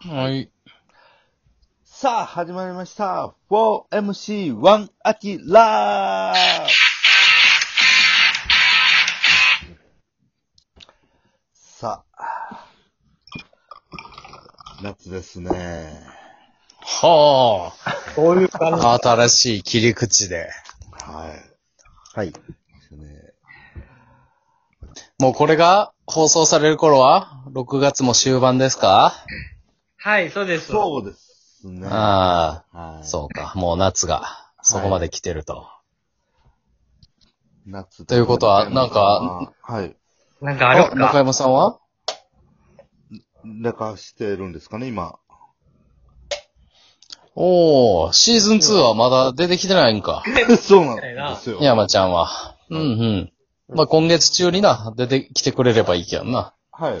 はい。さあ、始まりました。4MC1 アキラさあ、夏ですね。はこういう感あ。新しい切り口で。はい。はい。ねもうこれが放送される頃は、6月も終盤ですかはい、そうです。そうですね。あはあ、い、そうか。もう夏が、そこまで来てると。夏ということはなんか、はい。なんかあるあ中か。山さんはなんかしてるんですかね、今。 おお、シーズン2はまだ出てきてないんか。そうなんですよ。山ちゃんは。うんうん。まあ、今月中にな、出てきてくれればいいけどな。はい。う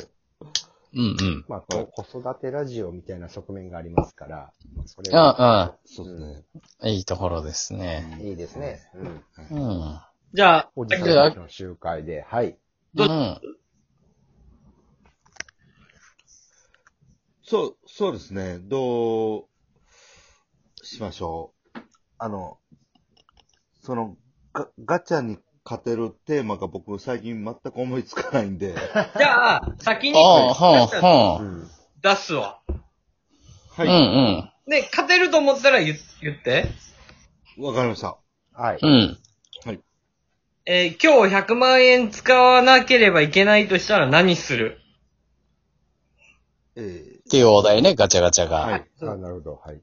んうん。まあ、こう子育てラジオみたいな側面がありますから、まあ、それはあそうですね。あ、いいところですね。いいですね。うん。うん。じゃあ、おじさんたちの集会で、はい。うん。そう、そうですね。どう、しましょう。あの、その、ガガチャに勝てるテーマが僕最近全く思いつかない んで。じゃあ、先にああ、はあ、出はあ。ん。すわ。はうんうい。ん。で、勝てると思ったら言言って。わ、かりました。はい。うん。はい。えー今日100万円使わなければいけないとしたら何するえっていうお題ね、ガチャガチャー、はが。い。あなるほど。はい。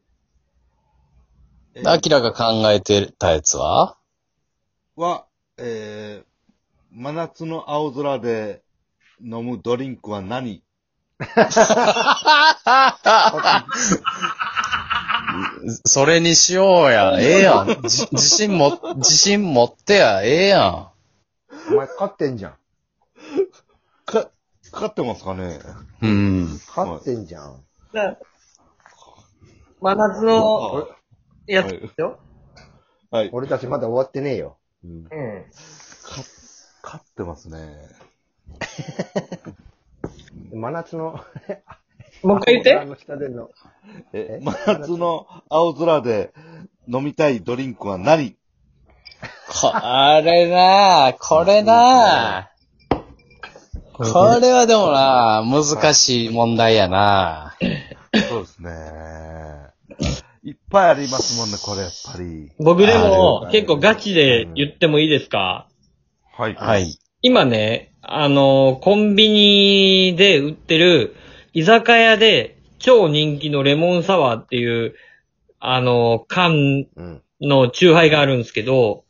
えアキラが考えてたやつはは、えー、真夏の青空で飲むドリンクは何それにしようや。ええやん。じ自信も、自信持ってや。ええやん。お前、勝ってんじゃん。か、かかってますかねうん。勝ってんじゃん。な真夏のはやつでしょ、い。俺たちまだ終わってねえよ。うん。うん。かってますね。真夏の、もう一回言って。の下での、ええ、真夏の青空で飲みたいドリンクは何これなあこれなあこれはでもなあ難しい問題やなそうですね。いっぱいありますもんね、これ、やっぱり。僕であもる結構ガチで言ってもいいですか、はい。は。い。今ね、あの、コンビニで売ってる、居酒屋で超人気のレモンサワーっていう、あの、缶うん。のチューハイがあるんですけど、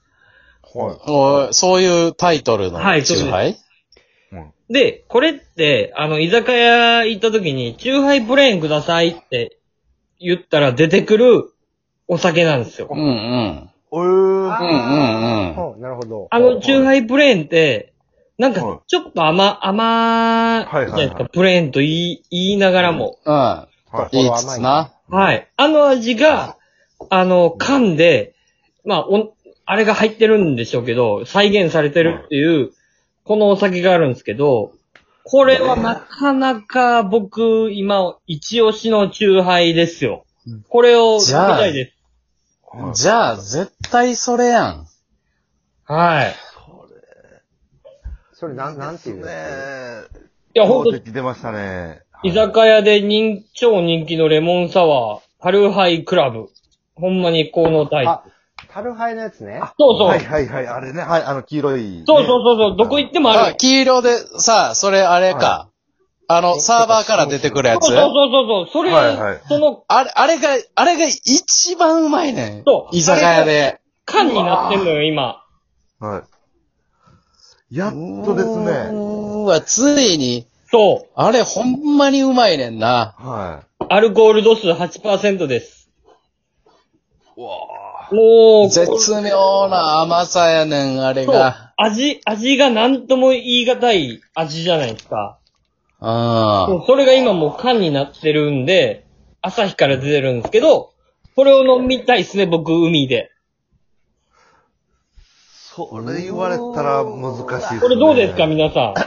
はおそういうタイトルのはいチューハイい。うん。で、これって、あの、居酒屋行った時に、チューハイブレーンくださいって言ったら出てくるお酒なんですうよ。んうん。おうー。んうんうん。ほうなるほど。あの、チューハイブレーンって、なんか、ちょっと甘、甘、じゃなはいいですはいはかい、ブレーンと言い、言いながらも。うん。は言いつつな。はい。あの味が、あの、噛んで、まあ、お、あれが入ってるんでしょうけど、再現されてるっていう、このお酒があるんですけど、これはなかなか僕、今、一押しのチューハイですよ。これを、飲みじゃあたいです。はいじゃあ、絶対それやん。はい。いそれ、なん、なんていうねのえや、ほんと強、敵出ましたね。居酒屋で人、超人気のレモンサワー、春ハイクラブ。ほんまに効能タイプ。あ、タルハイのやつね。そうそう。はいはいはい、あれね、はい、あの、黄色い。そうそうそうそう、どこ行ってもあある、。黄色で、さあ、それあれか。あの、サーバーから出てくるやつそう。そうそうそう、それ、はいはいそのあれ、あれが、あれが一番うまいねん。そう居酒屋で。缶になってんのよ、今。う。はい。やっとですね。うーわ、ついに、そあれほんまにうまいねんな。はう。アルコール度数8%です。い。うわもう、絶妙な甘さやねん、あれそうが。味、味が何とも言い難い味じゃないですか。うもん。うそれが今もう缶になってるんで、朝日から出てるんですけど、これを飲みたいっすね、僕、海で。それ言われたら難しいですね。これどうですか、皆さん。ち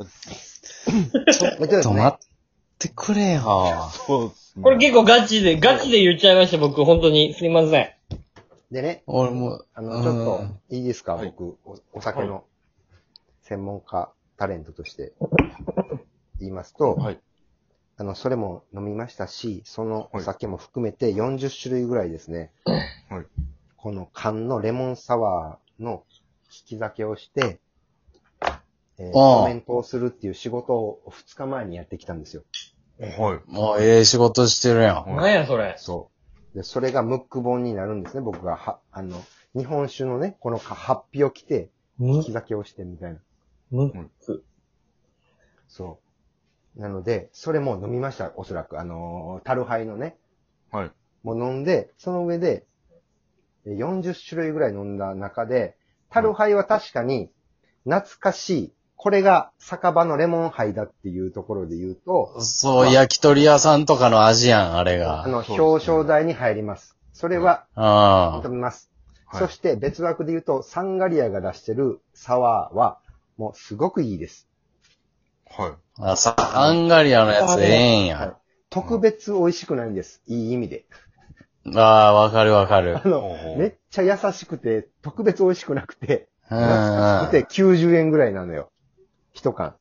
ょっちょっと待っってくれよ。そうっすね。これ結構ガチで、ガチで言っちゃいました、僕。本当に。すいません。でね、俺も、あの、ちょっとうん、いいですか、はい僕お、お酒の専門家、タレントとして言いますと、はい。あの、それも飲みましたし、そのはおい酒も含めて40種類ぐらいですね、はいこの缶のレモンサワーの引き酒をして、えー、ああコメントをするっていう仕事を2日前にやってきたんですよ。はい。もうええ仕事してるやん。なんや、それ。そう。で、それがムック本になるんですね、僕が。は、あの、日本酒のね、このか発表を着て、む引き、酒をしてみたいな。む、そう。なので、それも飲みました、おそらく。あのータルハイのね。はい。もう飲んで、その上で、え40種類ぐらい飲んだ中で、タルハイは確かに、懐かしい。これが酒場のレモンハイだっていうところで言うと、そう、焼き鳥屋さんとかの味やん、あれあが。そうの、ですね表彰台に入ります。それはあ認めます。はい。そして別枠で言うと、サンガリアが出してるサワーは、もうすごくいいです。はい。あ。さ、アンガリアのやつええんはいや。特別美味しくないんです。いい意味で。ああ、わかるわかるあ。の、めっちゃ優しくて、特別美味しくなくて、うん安くうて90円ぐらいなのよ。一缶。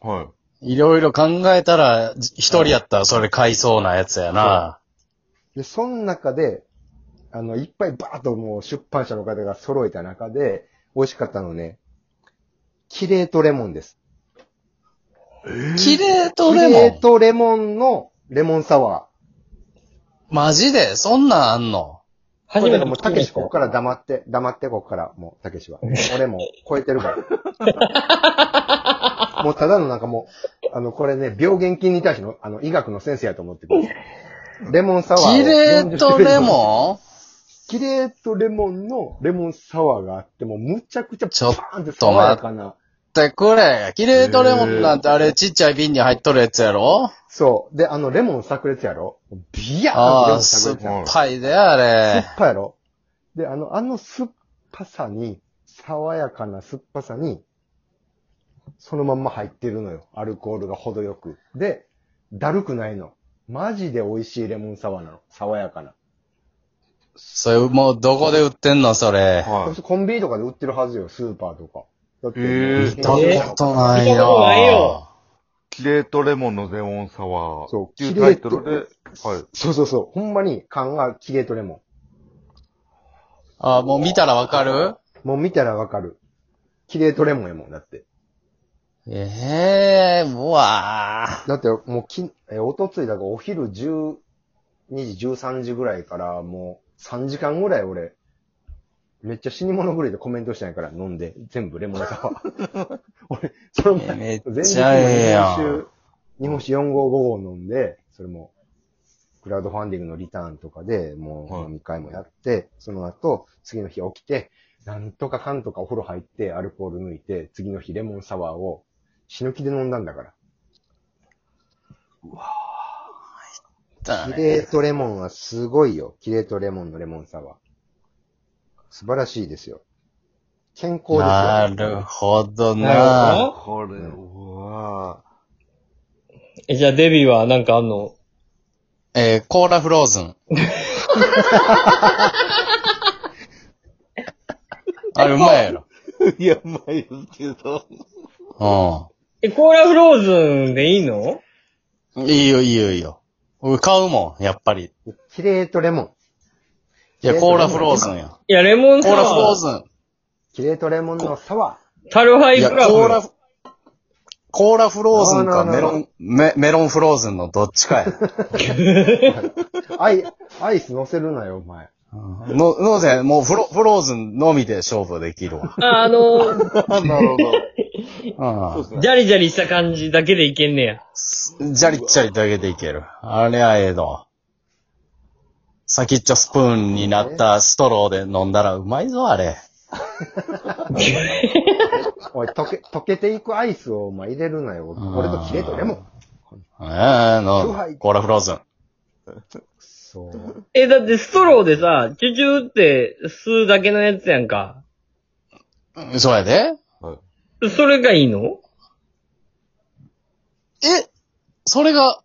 はい。ん。いろいろ考えたら、じ一人やったらそれ買いそうなやつやな。で、その中で、あの、いっぱいバーッともう出版社の方が揃えた中で、美味しかったのね、キレートレモンです。キレートキレレモーン。トレモンのレモンサワマジでそんなんあんのー。こ初れめて聞だからもう、きたまけししここから黙って、黙ってここから、もう、たけしは。俺もう超えてるから。 もうただのなんかもう、あの、これね、病原菌に対しての、あの、医学の先生やと思ってくれレモンサワーを。キレートレンモキレートレモンのレモンサワーがあって、もうむちゃくちゃパちょっとーンって爽やかな。ンってくれ。キレートレモンなんてあれちっちゃい瓶に入っとるやつやろそう。で、あの、レモン炸裂やろビヤーンってレあモあ、ン酸っ炸裂やろぱいで、あ酸 っれ。ぱいやろで、あの、あの酸っぱさに、爽やかな酸っぱさに、そのまんま入ってるのよ。アルコールが程よく。で、だるくないの。マジで美味しいレモンサワーなの。爽やかな。それ、もうどこで売ってんの、それ。はコンビニとかで売ってるはずよ。スーパーとか。だって、へ見ーたことない見たことないよよ。い。キレートレモンのレモンサワー。そうっていうタイトルで。はい。そうそうそう。ほんまに缶がキレートレモあ、もう見たらわかるン。もう見たらわかる。キレートレモンやもん、だって。ええうわあだってもうき、え、おとついだからお昼12時、13時ぐらいからもう3時間ぐらい俺、めっちゃ死に物狂いでコメントしたんやから飲んで、全部レモンサワー。 俺、その前、めっ前日ちゃええやにん。日本酒4号5号飲んで、それも、クラウドファンディングのリターンとかで、もはいう飲み会もやって、その後、次の日起きて、なんとかかんとかお風呂入って、アルコール抜いて、次の日レモンサワーを死ぬ気で飲んだんだから。キレートレモンはすごいよ。キレートレモンのレモンサワー。素晴らしいですよ。健康ですよ。なるほどなるほな。どこれは、え、じゃあデビーはなんかあんのえーコーラフロー ズン。あれ、うまいやろ。いや、まあ言うけど。え、コーラフローズンでいいのうん。いいよ、いいよ、いいよ。俺買うもん、やっぱり。キレートレモン。いや、コーラフローズンや。いや、レモンコサーラフローワー、ズン。キレートレモンのサワタルハイいや、クコラブ。ーラフ、コーラフローズンあかーなメるほロどン、メ、メロンフローズンのどっちかや。ー。アイ、アイス乗せるなよ、お前。の、ので、もうフロ、フローズンのみで勝負できるわ。あ、あの、 なるほ ど。うそうですね。ジャリジャリした感じだけでいけんねや。ん。じゃりっちゃりだけでいける。あれはええの。先っちょスプーンになったストローで飲んだらうまいぞ、あれ。おい、溶け、溶けていくアイスをお前入れるなよ。んこれとキレートレモン。ええうまのい、コーラフローズン。そう。え、だってストローでさ、チュチュって吸うだけのやつやんか。うんそうやで。はいそれがいいのえそれが、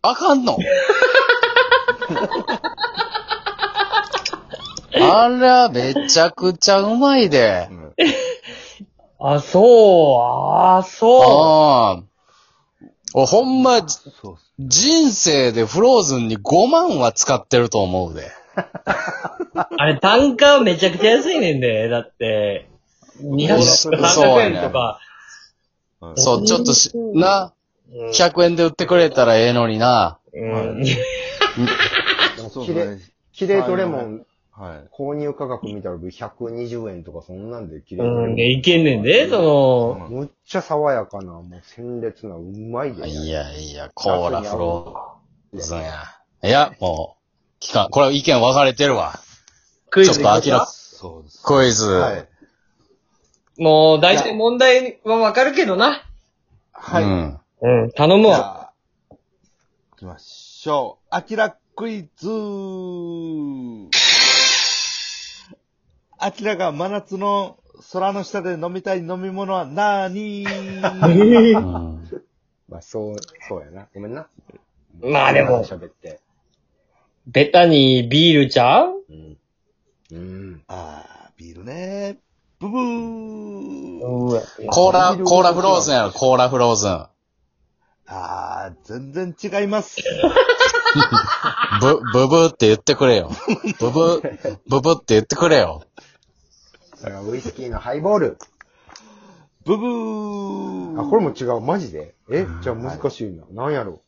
あかんの あら、めちゃくちゃうまいでう。んあ、そう、あ、そああ。俺ほんま、そうっす人生でフローズンに5万は使ってると思うで。う。あれ、単価めちゃくちゃ安いねんで、だって。200、そう300やね円とか。はいそう、ちょっとし、な、100円で売ってくれたらええのにな。うん。でもそうキレ、ね。キレートレモン、はい。購入価格見たら120円とかそんなんでキレートうん、で、レいけんねんで、そモン。むっちゃ爽やかな、もう鮮烈な、うまいで。いやいや、コーラフローズンや。いや、もう、聞かん。これは意見分かれてるわ。の、クイちょっズと明らか、そうです。クイズ。はい。もう、大体問題はわかるけどな。はい。うん。うん、頼むじゃわ。あ、行きましょう。アキラクイズアキラが真夏の空の下で飲みたい飲み物は 何 うんまあ、そう、そうやな。ごめんな。まあでも喋って。ベタにビールちゃううん。うん。あー、ビールね。ブブーうわコーラ、コーラフローズンやろ、コーラフローズン。あー、全然違います。ブ、ブブって言ってくれよ。ブブ、ブブって言ってくれよ。それはウイスキーのハイボール。ブブあ、ーこれも違う。マジでえじゃあ難しいな。なんやろ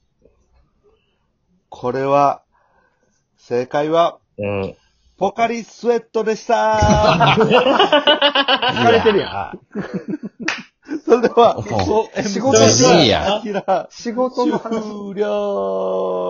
これは、正解は、うん。ポカリスエットでした 聞かれてるやん。それでは、もえ仕事じじいやアキラ仕事の話。終了